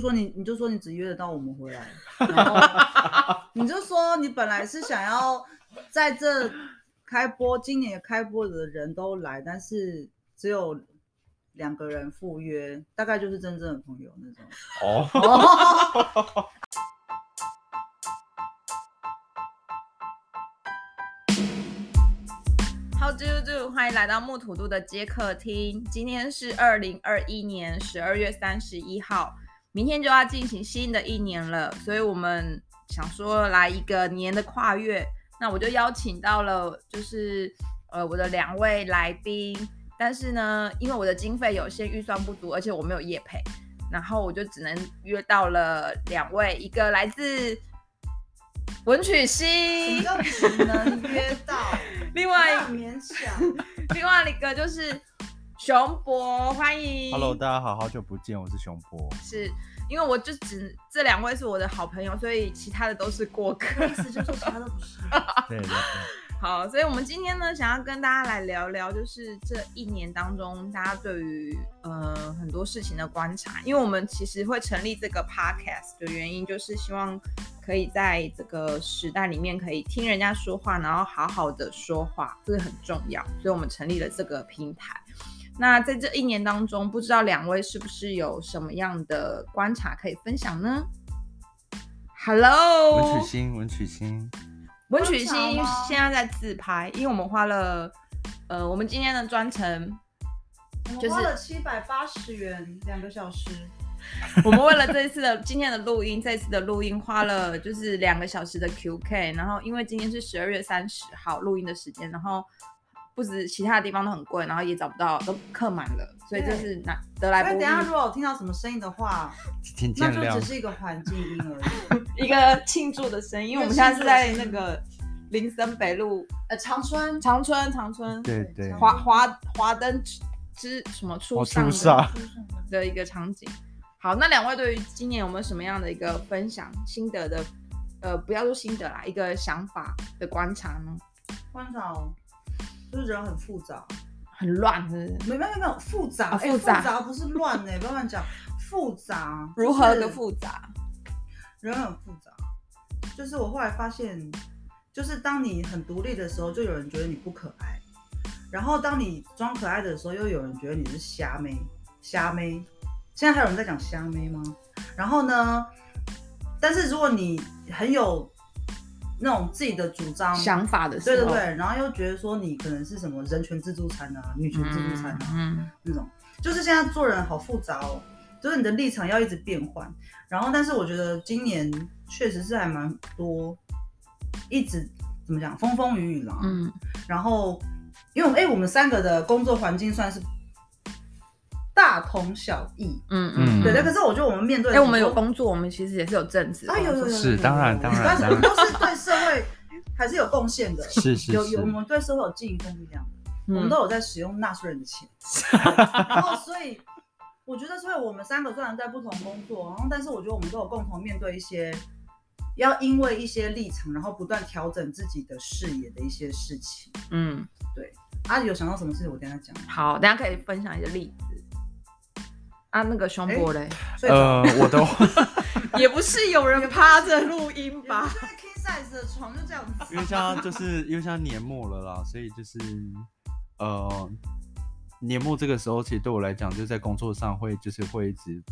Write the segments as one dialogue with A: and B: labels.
A: 说你你就说你只约得到我们回来，然后你就说你本来是想要在这开播，今年开播的人都来，但是只有两个人赴约，大概就是真正的朋友那种。
B: 哦，
C: How do you do？欢迎来到木土度的接客厅。今天是二零二一年十二月三十一号，明天就要进行新的一年了，所以我们想说来一个年的跨越。那我就邀请到了，就是呃我的两位来宾，但是呢，因为我的经费有限，预算不足，而且我没有业配，然后我就只能约到了两位，一个来自文曲
A: 你
C: 星，
A: 就只能约到，
C: 另
A: 不
C: 外一
A: 要勉强。
C: 另外一个就是熊博，欢 迎。
B: Hello，大家好，好久不见，我是熊博。
C: 是因为我就只这两位是我的好朋友，所以其他的都是过客。
A: 意思就是啥都不是。
B: 对对对，
C: 好，所以我们今天呢，想要跟大家来聊聊，就是这一年当中，大家对于呃很多事情的观察。因为我们其实会成立这个 podcast 的原因，就是希望可以在这个时代里面，可以听人家说话，然后好好的说话，这个很重要。所以我们成立了这个平台。那在这一年当中，不知道两位是不是有什么样的观察可以分享呢？Hello，
B: 文曲星，文曲星，
C: 文曲星
A: 观察吗
C: 现在在自拍，因为我们花了，呃，我们今天的专程，
A: 我们花了七百八十元两个小时，
C: 我们为了这一次的今天的录音，这一次的录音花了就是两个小时的 QK，然后因为今天是十二月三十号录音的时间，然后不止其他的地方都很贵，然后也找不到，都客满了，所以这是难得来
A: 所以
C: 不
A: 等一下如
C: 易
A: 果我听到什么声音的话，
B: 请
A: 那
B: 见
A: 就
B: 谅
A: 只。是一个环境音而已。
C: 一个庆祝的声音，因为我们现在是在那个林森北路
A: 呃，长春
C: 长春长春
B: 对对，
C: 华华华灯之之什么初
B: 哦
C: 上的、
B: 初上
C: 的一个场景。好，那两位对于今年有没有什么样的一个分享心得的？呃，不要说心得啦，一个想法的观察呢，
A: 观察哦，就是人很复杂，
C: 很乱，是不是？
A: 没没有没有复杂，
C: 啊
A: 哎
C: 复杂
A: 复杂不是乱呢，不要乱讲，复杂
C: 如何
A: 就
C: 的
A: 是
C: 复杂？
A: 人很复杂，就是我后来发现，就是当你很独立的时候，就有人觉得你不可爱，然后当你装可爱的时候，又有人觉得你是虾妹，虾妹。现在还有人在讲虾妹吗？然后呢？但是如果你很有那种自己的主张，
C: 想法的时
A: 对
C: 候，
A: 对对，然后又觉得说你可能是什么人权自助餐啊、女权自助餐啊，
C: 嗯，
A: 那种，就是现在做人好复杂哦，就是你的立场要一直变换。然后，但是我觉得今年确实是还蛮多，一直怎么讲风风雨雨啦。
C: 嗯嗯，
A: 然后，因为我们哎、我们三个的工作环境算是大同小异，
C: 嗯
B: 嗯
A: 对。但可是我觉得我们面对
C: 哎、
A: 的
C: 我们
A: 很多
C: 有工作，我们其实也是有正职的
A: 啊，
C: 工作，
A: 有有有有
B: 是
A: 有有
B: 当然
A: 有
B: 当
A: 有
B: 然
A: 但是我们
B: 当
A: 都是对社会还是有贡献的，
B: 是是
A: 有
B: 是
A: 有我们对社会有尽一份力量。我们
C: 嗯
A: 都有在使用纳税人的 钱，然后所以我觉得，所以我们三个虽然在不同工作，然后但是我觉得我们都有共同面对一些，要因为一些立场，然后不断调整自己的视野的一些事情。
C: 嗯，
A: 啊，有想到什么事情我跟他讲，
C: 好，大家可以分享一个例子。啊，那个胸部嘞，
A: 所以
B: 呃， 我都
C: 哎 也不是有人趴着录音吧？
A: 就是 king size 的床就这样子
B: 因为像就是因为像年末了啦，所以就是呃，年末这个时候，其实对我来讲，就在工作上会就是会一直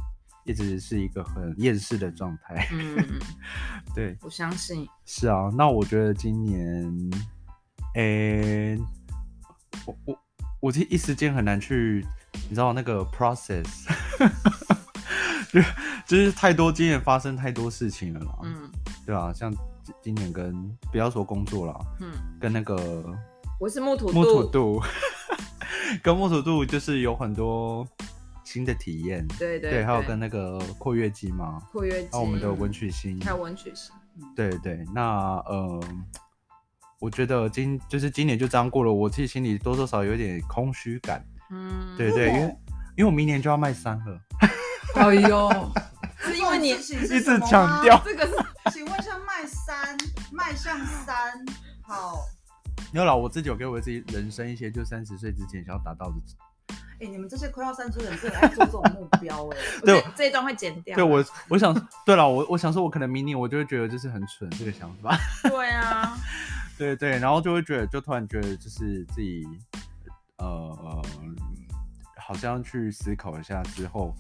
B: 一直是一个很厌世的状态。
C: 嗯，
B: 对，
C: 我相信。
B: 是啊，那我觉得今年，诶、我我我这一时间很难去，你知道那个 process，就就是太多今年发生太多事情了啦，
C: 嗯
B: 对啊，像今今年跟不要说工作啦，
C: 嗯，
B: 跟那个
C: 我是木土
B: 木土度， 跟木土度就是有很多新的体验，
C: 对对
B: 还有跟那个括约肌嘛，
C: 括约肌，
B: 啊还有我们的文曲星，
C: 还有文曲星，
B: 对对，那呃，我觉得今就是今年就这样过了，我自己心里多多少少有点空虚感，
C: 嗯，
B: 对对，因为因为我明年就要卖三了，
C: 哎呦，是因为你
B: 一
A: 一
B: 直强调，
C: 这个是
A: 请问一下卖三卖向三好。
B: 没有啦，我自己有给我自己人生一些就三十岁之前想要达到的
A: 哎、你们这些快要三十岁的人真的很爱做这种目标 哎、
B: 对
C: 我这这一段会剪掉。
B: 对我，我想，对了，我我想说，我可能明年我就会觉得就是很蠢这个想法，
C: 对啊，
B: 对对，然后就会觉得，就突然觉得就是自己，呃呃，好像去思考一下之后，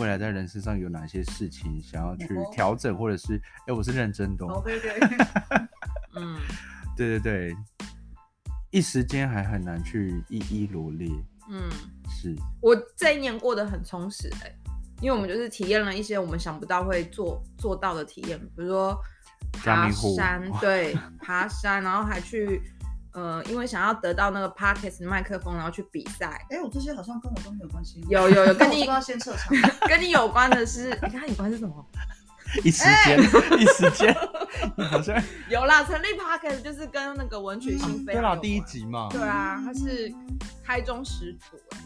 B: 未来在人生上有哪些事情想要去
C: 哦
B: 调整，或者是，哎，我是认真的、哦，
A: OK OK，
C: 嗯，
B: 对对对，一时间还很难去一一罗列，
C: 嗯，
B: 是，
C: 我这一年过得很充实哎、因为我们就是体验了一些我们想不到会做做到的体验，比如说
B: 加
C: 爬
B: 密货
C: 山，
B: 哇
C: 对，爬山，然后还去呃，因为想要得到那个 Parkes 麦克风，然后去比赛。
A: 哎、我这些好像跟我都没有关系。
C: 有有有，
A: 但
C: 跟
A: 我
C: 你
A: 知道先撤场，
C: 跟你有关的是，你看你关是什么？
B: 一时
C: 哎
B: 间，一时 间，好像，
C: 有啦，成立 Parkes 就是跟那个文曲星飞、
B: 嗯对啦，第一，集嘛，
C: 对啊，它是开宗始祖哎、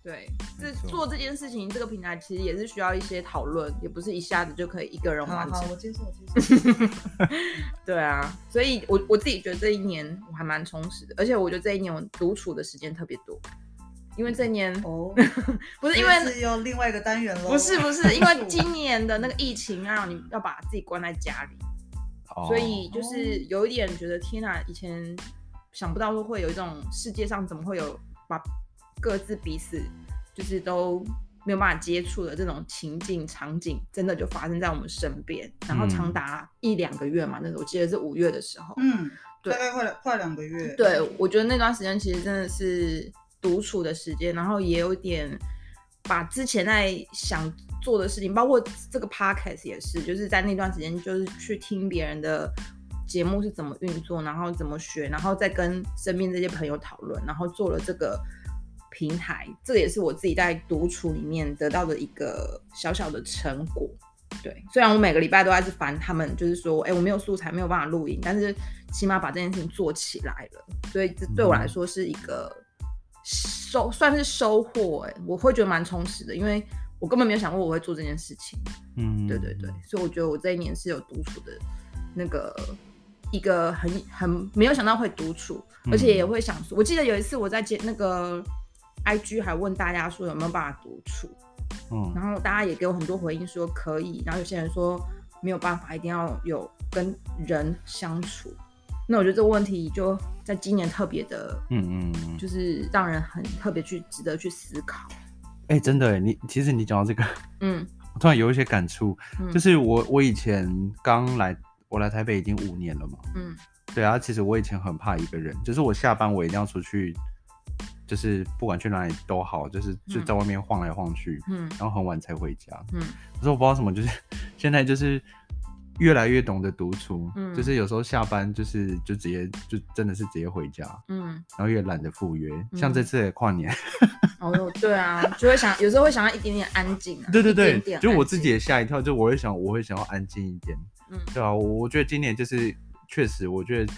C: 对，这
B: 没错
C: 做这件事情，这个平台其实也是需要一些讨论，也不是一下子就可以一个人
A: 好
C: 完
A: 好，
C: 成。
A: 我接受我接受。
C: 对啊，所以我我自己觉得这一年我还蛮充实的，而且我觉得这一年我独处的时间特别多，因为这一年、
A: 哦，
C: 不是因
A: 这
C: 为
A: 是又另外一个单元喽。
C: 不是不是因为今年的那个疫情让你要把自己关在家里，
B: 哦
C: 所以就
A: 哦
C: 是有一点觉得天哪，以前想不到说会有一种世界上怎么会有把各自彼此就是都没有办法接触的这种情境场景，真的就发生在我们身边，然后长
B: 嗯
C: 达一两个月嘛，那时候我记得是五月的时候，
A: 嗯，
C: 对
A: 大概快两快两个月。
C: 对，我觉得那段时间其实真的是独处的时间，然后也有点把之前在想做的事情，包括这个 podcast 也是，就是在那段时间就是去听别人的节目是怎么运作，然后怎么学，然后再跟身边这些朋友讨论，然后做了这个。平台，这也是我自己在独处里面得到的一个小小的成果。对，虽然我每个礼拜都在是烦他们，就是说，哎、我没有素材，没有办法录音，但是起码把这件事情做起来了，所以这对我来说是一个收，算是收获。哎，我会觉得蛮充实的，因为我根本没有想过我会做这件事情。
B: 嗯，
C: 对对对，所以我觉得我这一年是有独处的那个一个很很没有想到会独处，而且也会想说，我记得有一次我在接那个 IG 还问大家说有没有办法独处，
B: 嗯，
C: 然后大家也给我很多回应说可以，然后有些人说没有办法，一定要有跟人相处。那我觉得这个问题就在今年特别的，
B: 嗯嗯嗯，
C: 就是让人很特别去值得去思考。
B: 哎、真的欸，你其实你讲到这个，
C: 嗯，
B: 我突然有一些感触，
C: 嗯
B: 就是我我以前刚来，我来台北已经五年了嘛，
C: 嗯
B: 对啊，其实我以前很怕一个人，就是我下班我一定要出去，就是不管去哪里都好，就是就
C: 嗯
B: 在外面晃来晃去，
C: 嗯
B: 然后很晚才回家。
C: 嗯
B: 可是我不知道什么，就是 现在就是越来越懂得独处，
C: 嗯
B: 就是有时候下班就是就直接就真的是直接回家，
C: 嗯，
B: 然后也懒得赴约，像这次的跨年，
C: 哦，对啊，就会想有时候会想要一点点安静、啊。
B: 对对
C: 一
B: 对
C: 点，点
B: 就我
C: 安
B: 自
C: 静
B: 己，也吓一跳，就我会想，我会想要安静一点，
C: 嗯
B: 对啊，我我觉得今年就是确实，我觉得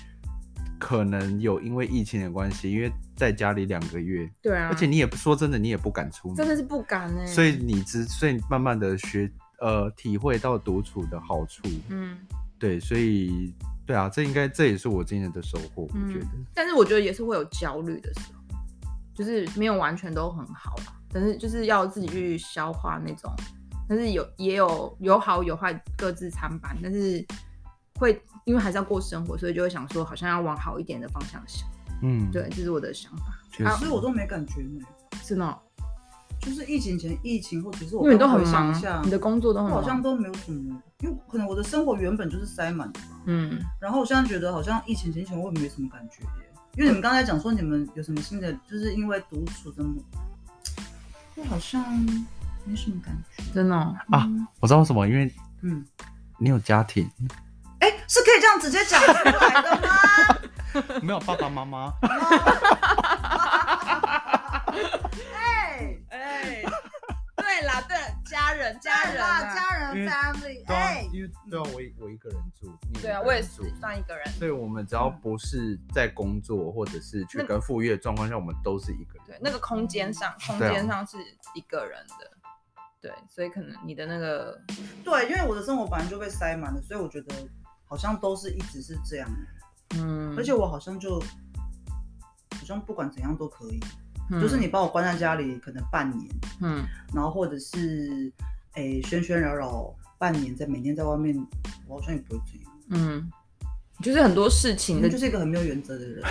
B: 可能有因为疫情的关系，因为在家里两个月，
C: 对啊，
B: 而且你也不说真的，你也不敢出门，
C: 真的是不敢哎、
B: 所以你知，所以慢慢的学呃体会到独处的好处，
C: 嗯
B: 对，所以对啊，这应该这也是我今年的收获，我觉
C: 嗯
B: 得，，
C: 但是我觉得也是会有焦虑的时候，就是没有完全都很好啦，但是就是要自己去消化那种，但是有也有有好有坏，各自参半，但是会因为还是要过生活，所以就会想说好像要往好一点的方向想，
B: 嗯，
C: 对，，啊这是我的想法，
B: 确
A: 其
B: 实
A: 实啊我都没感觉呢，
C: 是吗？
A: 就是疫情前、疫情后，其实我
C: 因为你都很
A: 回想
C: 忙啊
A: 一下，
C: 你的工作都
A: 我
C: 很
A: 好像
C: 忙，
A: 都没有什么，因为可能我的生活原本就是塞满的吧。
C: 嗯，
A: 然后我现在觉得好像疫情前前我也没什么感觉耶，因为你们刚才讲说你们有什么新的，就是因为独处的么，我好像没什么感觉。
C: 真的哦、
B: 啊，我知道为什么，因为
A: 嗯，
B: 你有家庭，
A: 哎，是可以这样直接讲出来的吗？
B: 没有爸爸妈 妈，
A: 哎，
C: 哎， 对啦，对了，家人，家人、
A: 啊，
C: 啊，
A: 家
B: 因
A: 人
B: 为
A: family，
B: 对啊
A: 哎，，
B: 因为对啊，我一我一个人住，你
C: 对啊，
B: 一个人
C: 我也是
B: 住
C: 算一个人。
B: 所以我们只
A: 嗯
B: 要不是在工作或者是去
C: 那
B: 跟赴约的状况下，我们都是一个人。
C: 对，那个空间上，空
B: 对啊
C: 间上是一个人的，对，所以可能你的那个，
A: 对，因为我的生活本来就被塞满了，所以我觉得好像都是一直是这样，
C: 嗯，
A: 而且我好像就好像不管怎样都可以。
B: 嗯
A: 就是你把我关在家里可能半年，
C: 嗯
A: 然后或者是诶喧喧扰扰半年，在每天在外面，我好像也不会这样。
C: 嗯，就是很多事
B: 嗯
C: 情
A: 你
C: 的
A: 就是一个很没有原则的人，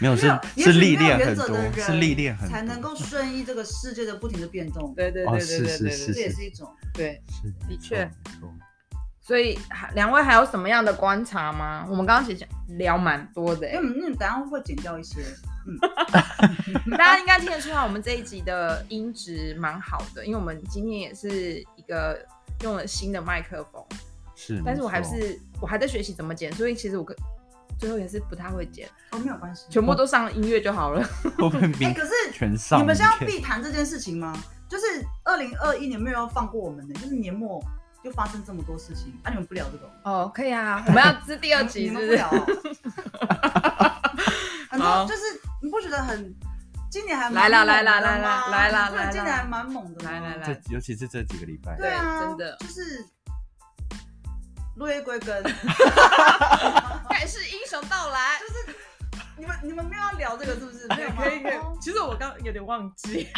B: 没有哦是
A: 没
B: 是
A: 有也许
B: 历
A: 没有
B: 练
A: 原
B: 很
A: 则
B: 多
A: 的人，
B: 是历练很多，
A: 才能够顺应这个世界的不停的变动。
C: 对对
B: 哦
C: 对对
B: 是
C: 对
B: 是
C: 对
B: 是
C: 对
A: 这也是一种。
C: 对，
B: 是
C: 的
B: 没错
C: 确
B: 没错
C: 所以还两位还有什么样的观察吗？我们刚刚其实聊蛮多的、
A: 因为我，
C: 欸
A: 们那等一下会剪掉一些，
C: 大家应该听得出来，我们这一集的音质蛮好的，因为我们今天也是一个用了新的麦克风，
B: 是，
C: 但是
B: 没
C: 我还
B: 错
C: 是我还在学习怎么剪，所以其实我跟最后也是不太会剪，
A: 哦，没有关系。
C: 全部都上音乐就好了。
B: 会不 会
A: 哎、
B: 明
A: 可是
B: 全上
A: 你们是要
B: 面
A: 避谈这件事情吗？就是二零二一年没有要放过我们呢、就是年末就发生这么多事情，啊，你们不聊这个哦？
C: 哦，可以啊，我们要这是第
A: 第
C: 二集
A: 你
C: 是
A: 们
C: 不
A: 你
C: 是？
A: 们不聊、哦。 很
C: 好
A: 多就是你不觉得很今年还
C: 来
A: 蛮
C: 啦
A: 猛
C: 来
A: 的
C: 啦
A: 吗
C: 来啦来啦
A: 你不觉得
C: 来啦
A: 今年还蛮猛的吗
C: 来来来
B: 这尤其是这几个礼拜，
A: 对啊，
C: 对真的
A: 就是落叶归 根。
C: 盖世英雄到 来，
A: 你们你们没有要聊这个是不是？没有吗
C: 可以可以
A: 哦。
C: 其实我刚刚有点忘记，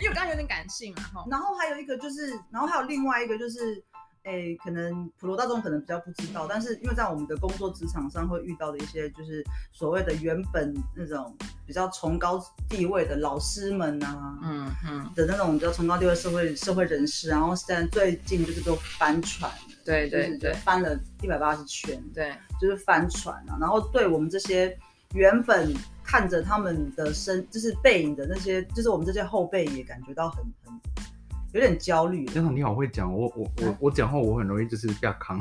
C: 因为我刚刚有点感性嘛，哈。
A: 然后还有一个就是，然后还有另外一个就是，诶，可能普罗大众可能比较不知道，但是因为在我们的工作职场上会遇到的一些，就是所谓的原本那种比较崇高地位的老师们啊。
C: 嗯嗯，
A: 的那种比较崇高地位社会社会人士，然后现在最近就是都翻船了，
C: 对对
A: 就是
C: 对
A: 翻了一百八十圈，
C: 对，
A: 就是翻船啊，然后对我们这些原本看着他们的身，就是背影的那些，就是我们这些后辈也感觉到很很有点焦虑了。
B: 江总你好会讲，我我
A: 嗯
B: 我我讲话我很容易就是不要扛，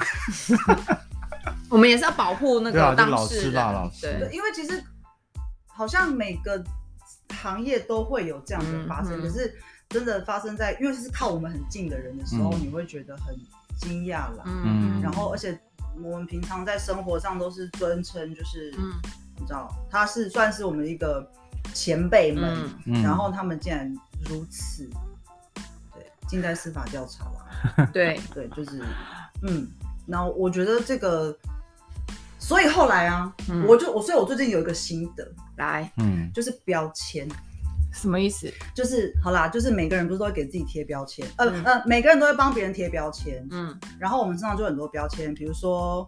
C: 我们也是要保护那
B: 对啊
C: 个
B: 就
C: 当
B: 老
C: 事
B: 师
C: 人，
B: 啦老师
A: 对，
C: 对，
A: 因为其实好像每个行业都会有这样的发生，
C: 嗯嗯
A: 可是真的发生在，因为是靠我们很近的人的时候，
B: 嗯
A: 你会觉得很惊讶啦。
B: 嗯
A: 然后，而且我们平常在生活上都是尊称，就是、
C: 嗯
A: 你知道，他是算是我们一个前辈们。
C: 嗯，
B: 嗯
A: 然后他们竟然如此，对，近代司法调查 啦，
C: 对，
A: 对，就是，嗯，然后我觉得这个，所以后来啊，
C: 嗯
A: 我就我，所以我最近有一个心得，
C: 来，
B: 嗯
A: 就是标签，
C: 什么意思？
A: 就是好啦，就是每个人不是都会给自己贴标签，呃、
C: 嗯
A: 呃，每个人都会帮别人贴标签，
C: 嗯
A: 然后我们身上就很多标签，比如说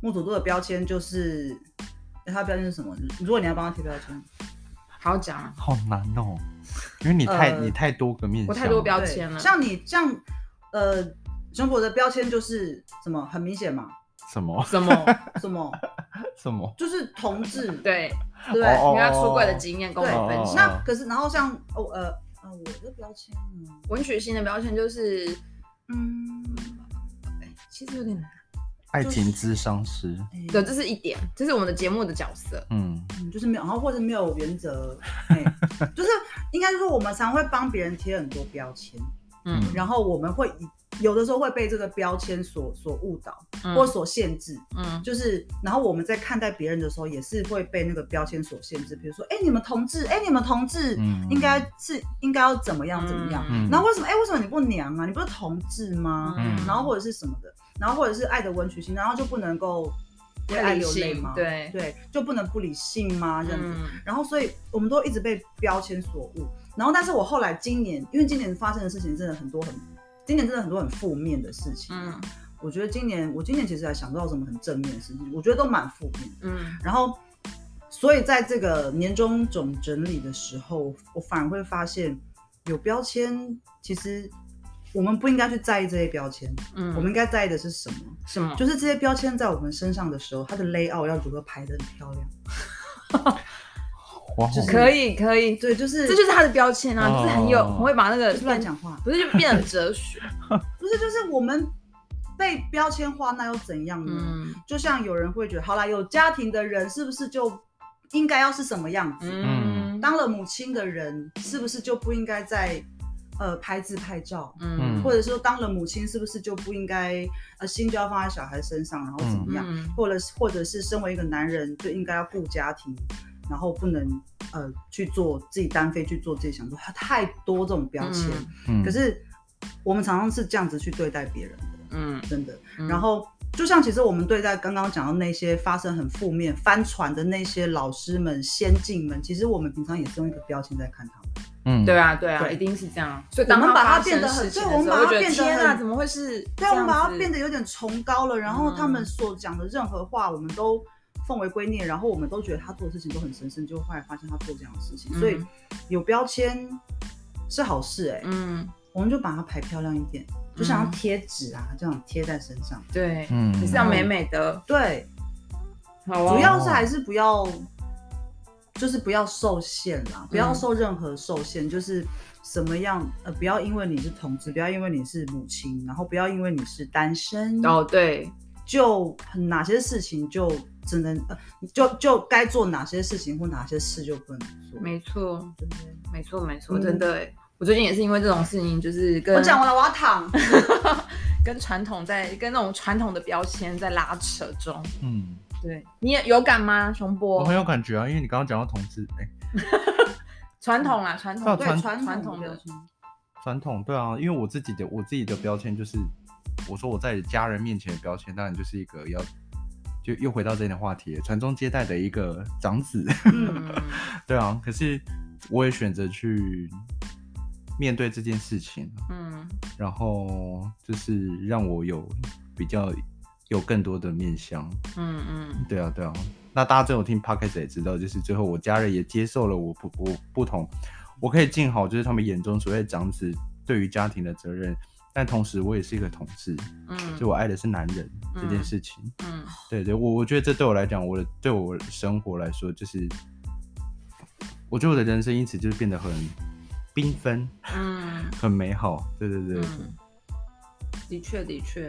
A: 木土度的标签就是。诶他的标签是什么？如果你要帮他贴标签，
C: 好讲啊，
B: 好难哦，因为你太
A: 呃
B: 你太多个面向，
C: 我太多标
A: 对
C: 签了
A: 像你像呃，熊博的标签就是什么？很明显嘛，
B: 什么
C: 什么？
A: 什么
B: 什么，
A: 就是同志，
C: 对，
A: 对不对
B: 哦
C: 因为他出柜的经验跟我们分享。
A: 那可是然后像哦呃呃，我的标签呢，
C: 文曲星的标签就是，哎
A: 嗯，
C: 其实有点难。
B: 爱情智商师，
A: 哎
C: 对，这是一点，这是我们的节目的角色。
B: 嗯
A: 嗯就是没有，然后或者没有原 则，哎，就是应该是说我们常会帮别人贴很多标签，
C: 嗯
A: 然后我们会以有的时候会被这个标签所所误导
C: 嗯
A: 或所限制，
C: 嗯
A: 就是，然后我们在看待别人的时候，也是会被那个标签所限制。比如说，哎、你们同志，哎、你们同志、
B: 嗯
A: 应该是应该要怎么样怎么样。
B: 嗯
A: 然后为什么？哎、为什么你不娘啊？你不是同志吗？
B: 嗯
A: 然后或者是什么的，然后或者是爱的文曲星，然后就不能够为爱
C: 太理
A: 流泪
C: 性
A: 吗？
C: 嗯对
A: 对，就不能不理性吗？这样子。
C: 嗯
A: 然后所以我们都一直被标签所误。然后，但是我后来今年，因为今年发生的事情真的很多很，今年真的很多很负面的事情、啊
C: 嗯
A: 我觉得今年，我今年其实还想不到什么很正面的事情，我觉得都蛮负面的。
C: 嗯
A: 然后，所以在这个年终总整理的时候，我反而会发现，有标签，其实我们不应该去在意这些标签，
C: 嗯，
A: 我们应该在意的是什么？
C: 什么？
A: 就是这些标签在我们身上的时候，它的 layout 要如何排得很漂亮？
B: 哇，好
C: 可以可以，
A: 对，就是
C: 这就是他的标签啊，
B: 哦
C: 就是很有，很会把那个
A: 乱，讲话，
C: 不是就变成 哲学。
A: 不是就是我们被标签化，那又怎样呢？
C: 嗯
A: 就像有人会觉得，好啦，有家庭的人是不是就应该要是什么样子？
C: 嗯，
A: 当了母亲的人是不是就不应该在呃拍自拍照？
C: 嗯
A: 或者说，当了母亲是不是就不应该呃心就要放在小孩身上，然后怎么样？
C: 嗯
A: 或者是或者是身为一个男人就应该要顾家庭，然后不能呃去做自己单飞去做自己想做，太多这种标签。
C: 嗯
B: 嗯
A: 可是我们常常是这样子去对待别人的，
C: 嗯，
A: 真的。
C: 嗯
A: 然后就像其实我们对待刚刚讲到那些发生很负面翻船的那些老师们、先进们，其实我们平常也是用一个标签在看他们。
B: 嗯，
C: 对啊，对啊，
A: 对
C: 一定是这样。所以
A: 我
C: 当
A: 们把它
C: 他
A: 变得很
C: 对，
A: 对我们把它
C: 觉得
A: 变得
C: 天啊，
A: 很
C: 怎么会是这
A: 对，
C: 样
A: 我
C: 子？
A: 们
C: 嗯
A: 把它变得有点崇高了，然后他们所讲的任何话，我们都奉为圭臬，然后我们都觉得他做的事情都很神圣，就后来发现他做这样的事情，
C: 嗯
A: 所以有标签是好事哎、
C: 嗯，
A: 我们就把它排漂亮一点，就像贴纸啊、这样贴在身上。
C: 对，
B: 嗯，
C: 也是要美美的。
A: 对，
C: 好
A: 主
C: 哦，
A: 要是还是不要，就是不要受限啦，不要
C: 嗯
A: 受任何受限，就是什么样呃，不要因为你是同志，不要因为你是母亲，然后不要因为你是单身，
C: 哦对，
A: 就很哪些事情就只能呃，就就该做哪些事情或哪些事就不能做。
C: 没错，
A: 对不对
C: 没错，没错，
A: 嗯
C: 真的欸。我最近也是因为这种事情，就是跟
A: 我讲完了，我要躺。
C: 哦跟传统在跟那种传统的标签在拉扯中。
B: 嗯，
C: 对你也有感吗，熊
B: 我
C: 波
B: 很？有感觉啊，因为你刚刚讲到同志，哎、
C: 传统啦，传统
B: 哦
A: 对
B: 传
A: 传
C: 传
A: 统
C: 统
A: 的
C: 的，
B: 传统对啊，因为我自己的我自己的标签就是，我说我在家人面前的标签，当然就是一个要，就又回到这个话题了，传宗接代的一个长子，
A: 嗯，
C: 嗯，
B: 对啊，可是我也选择去面对这件事情，
C: 嗯，
B: 然后就是让我有比较有更多的面向，
C: 嗯嗯，
B: 对啊，对啊。那大家最后听 podcast 也知道，就是最后我家人也接受了我不我不同，我可以尽好就是他们眼中所谓长子对于家庭的责任，但同时我也是一个同志，
C: 嗯，
B: 就我爱的是男人这件事情。
C: 嗯
B: 对对，我我觉得这对我来讲，我的对我生活来说，就是我觉得我的人生因此就是变得很缤纷、
C: 嗯
B: 很美好。对对对，
C: 嗯，的确的确，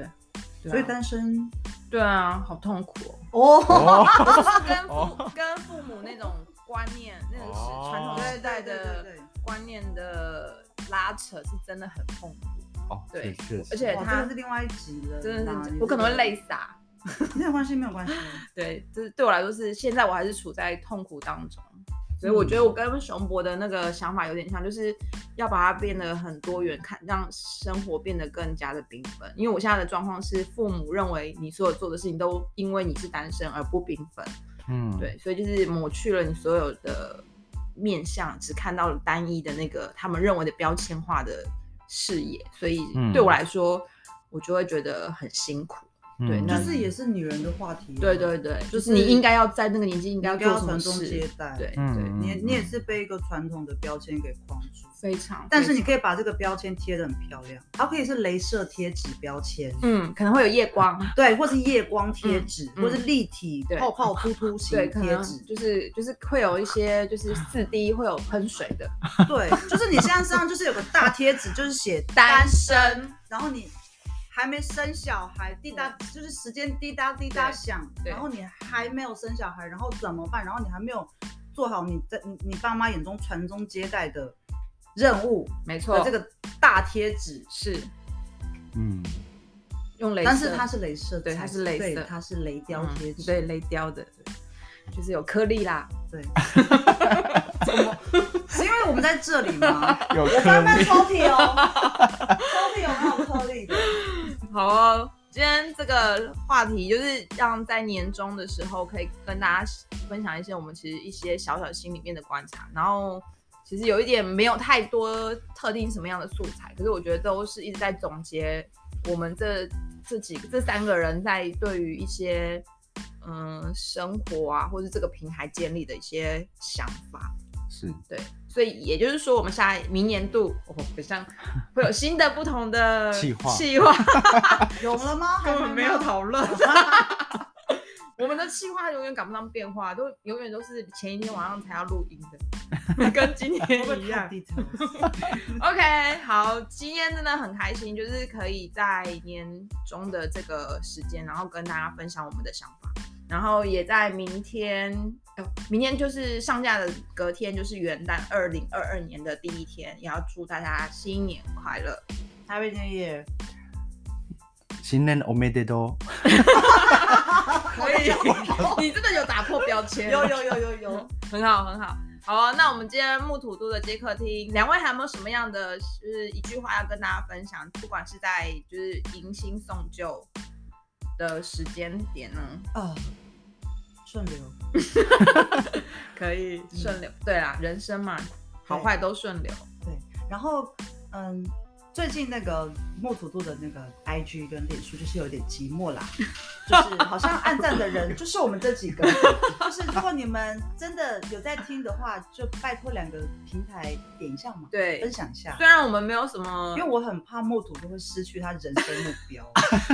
C: 对啊
A: 所以单身
C: 对啊，好痛苦哦。
A: 哦，
B: 哦，
C: 就是跟
B: 哦
C: 父跟父母那种观念，那种
B: 哦
C: 是传统时代
A: 对对对
C: 的
A: 对对
C: 观念的拉扯，是真的很痛苦，
B: 哦，
C: 对
B: 确实，
C: 而且
A: 哇
C: 他
A: 这个是另外一集了啦，
C: 真的
A: 你
C: 是我可能会
A: 这个
C: 累，啊傻。
A: 没有关系，没有关系。
C: 对，这对我来说是现在我还是处在痛苦当中，所以我觉得我跟熊博的那个想法有点像，就是要把它变得很多元，看让生活变得更加的缤纷。因为我现在的状况是，父母认为你所有做的事情都因为你是单身而不缤纷，
B: 嗯，
C: 对，所以就是抹去了你所有的面相，只看到了单一的那个他们认为的标签化的视野，所以
B: 嗯
C: 对我来说，我就会觉得很辛苦。
B: 嗯，
C: 对
A: 就
C: 那
A: 是也是女人的话题啊，
C: 对对对，
A: 就
C: 就是是你应该要在那个年纪应
A: 你
C: 该
A: 应
C: 要
A: 该
C: 做
A: 要
C: 什么
A: 传宗
C: 事，
A: 接代，
C: 对，对，
B: 嗯，
A: 你也
B: 嗯
A: 你也是被一个传统的标签给框住。
C: 非常。
A: 但是你
C: 非
A: 可以把这个标签贴得很漂亮，它可以是镭射贴纸标签，
C: 常嗯，可能会有夜光，
A: 对，或是夜光贴纸，
C: 嗯
A: 或是立体
C: 对
A: 泡泡 突突型
C: 对，可
A: 贴
C: 能
A: 纸，
C: 就是就是会有一些就是四 D 会有喷水的
A: 对，就是你现在身上就是有个大贴纸，就是写单
C: 单
A: 身，
C: 身，
A: 然后你还没生小孩，滴答就是时间滴答滴答
C: 对
A: 响，
C: 对
A: 然后你还没有生小孩，然后怎么办？然后你还没有做好你在你你爸妈眼中传宗接代的任务
C: 没错
A: 的，这个大贴纸，
C: 是
B: 嗯，
C: 用镭射，嗯
A: 但是它是镭射，
C: 对它是
A: 雷，
C: 镭
A: 对
C: 射
A: 它是雷雕贴
C: 嗯
A: 纸，
C: 对，雷雕的，对就是有颗粒啦。
A: 对，怎么？是因为我们在这里 吗？
B: 有
A: 我
B: 颗
A: 翻翻
B: 粒，
A: 抽屉哦，抽屉有没有颗粒的？
C: 好哦，今天这个话题就是让在年终的时候可以跟大家分享一些我们其实一些小小心里面的观察，然后其实有一点没有太多特定什么样的素材，可是我觉得都是一直在总结我们这这几这三个人在对于一些嗯生活啊，或是这个平台建立的一些想法。
B: 是，
C: 对，所以也就是说，我们下一明年度，我好像会有新的不同的
B: 计划
C: 计划
A: 有了吗？还
C: 根 本没
A: 吗
C: 有讨论。我们的计划永远赶不上变化，都永远都是前一天晚上才要录音的，跟今
A: 会不会
C: 天一
A: 太
C: 样。
A: details？
C: OK，好，今天真的很开心，就是可以在年终的这个时间，然后跟大家分享我们的想法，然后也在明天，哎呦、明天就是上架的隔天就是元旦，二零二二年的第一天，也要祝大家新年快乐。
A: Happy New Year！
B: 新年おめでとう，
C: 可以，你真的有打破标签，
A: 有有有有有，
C: 很好，很好。好、啊，那我们今天木土都的接客厅，两位还有没有什么样的，呃就是一句话要跟大家分享？不管是在就是迎新送旧，的时间点呢？
A: 啊，顺哦流，
C: 可以顺流，嗯对啦，人生嘛，好坏都顺流。
A: 对。然后，嗯，最近那个木土度的那个 IG 跟脸书就是有点寂寞啦，就是好像暗赞的 人就是我们这几个，就是如果你们真的有在听的话，就拜托两个平台点一下嘛，分
C: 对，
A: 享一下
C: 虽。然我们没有什么
A: 因为，我很怕木土就会失去他人生目 标，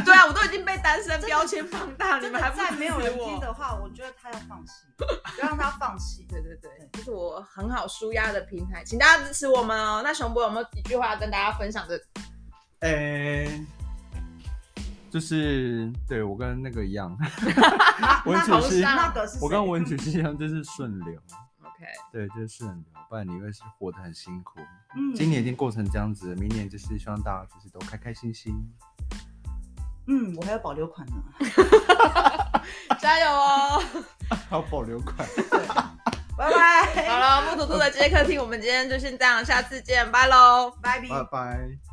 C: 对啊，我都已经被单身标签放大，啊你
A: 真
C: 们
A: 的
C: 还不
A: 再没有
C: 支持
A: 人听
C: 我
A: 的话，我觉得他要放弃，不要让他放弃。
C: 对对对，这是我很好舒压的平台，请大家支持我们哦。那熊博有没有几句话要跟大家分享的？
B: 诶、就是对我跟那个一样，
A: 那
B: 文
A: 那
B: 曲
A: 个
B: 是
A: 那个是谁
B: 我跟文曲是一样，就是顺流，
C: OK，
B: 对，就是顺流，不然你会是活得很辛苦。
A: 嗯
B: 今年已经过成这样子了，明年就是希望大家就是都开开心心。
A: 嗯，我还有保留款呢。
C: 加油 哦！
B: 还有保留款，
A: 拜拜，
C: 好了，木土兔的接客厅，我们今天就先这样，下次见，拜喽。
A: 拜拜。
B: 拜拜。